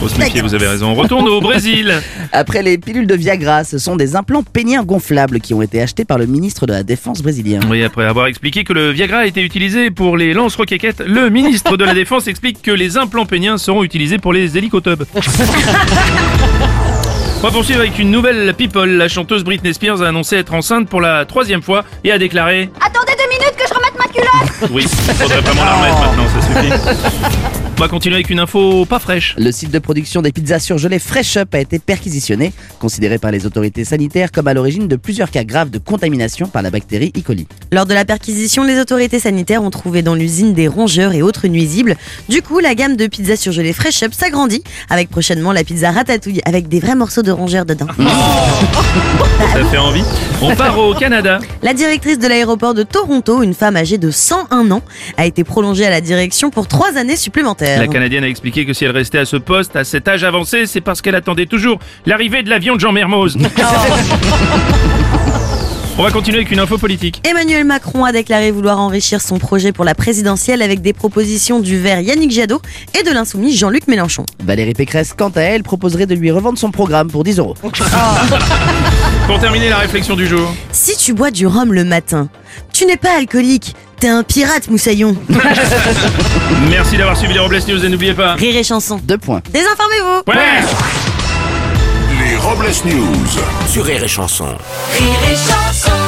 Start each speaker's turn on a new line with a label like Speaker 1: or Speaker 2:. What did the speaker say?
Speaker 1: Faut se méfier, vous avez raison. On retourne au Brésil.
Speaker 2: Après les pilules de Viagra, ce sont des implants péniens gonflables qui ont été achetés par le ministre de la Défense brésilien.
Speaker 1: Oui, après avoir expliqué que le Viagra a été utilisé pour les lance-roquettes, le ministre de la Défense explique que les implants péniens seront utilisés pour les hélicotubes. On va poursuivre avec une nouvelle people. La chanteuse Britney Spears a annoncé être enceinte pour la troisième fois et a déclaré
Speaker 3: Attendez deux minutes que je remette ma culotte
Speaker 1: Oui, faudrait vraiment la remettre maintenant, ça suffit. On va continuer avec une info pas fraîche.
Speaker 2: Le site de production des pizzas surgelées Fresh Up a été perquisitionné, considéré par les autorités sanitaires comme à l'origine de plusieurs cas graves de contamination par la bactérie E. coli.
Speaker 4: Lors de la perquisition, les autorités sanitaires ont trouvé dans l'usine des rongeurs et autres nuisibles. Du coup, la gamme de pizzas surgelées Fresh Up s'agrandit avec prochainement la pizza ratatouille avec des vrais morceaux de rongeurs dedans.
Speaker 1: Ça fait envie. On part au Canada.
Speaker 4: La directrice de l'aéroport de Toronto, une femme âgée de 101 ans, a été prolongée à la direction pour trois années supplémentaires.
Speaker 1: La Canadienne a expliqué que si elle restait à ce poste, à cet âge avancé, c'est parce qu'elle attendait toujours l'arrivée de l'avion de Jean Mermoz. On va continuer avec une info politique.
Speaker 4: Emmanuel Macron a déclaré vouloir enrichir son projet pour la présidentielle avec des propositions du vert Yannick Jadot et de l'insoumis Jean-Luc Mélenchon.
Speaker 2: Valérie Pécresse, quant à elle, proposerait de lui revendre son programme pour 10 euros.
Speaker 1: Pour terminer la réflexion du jour.
Speaker 4: Si tu bois du rhum le matin, tu n'es pas alcoolique, t'es un pirate moussaillon.
Speaker 1: Merci d'avoir suivi les Robles News et n'oubliez pas.
Speaker 4: Rire et chanson.
Speaker 2: Deux points.
Speaker 4: Désinformez-vous
Speaker 1: Ouais
Speaker 5: Les Robles News.
Speaker 6: Sur Rire et Chanson.
Speaker 3: Rire et chanson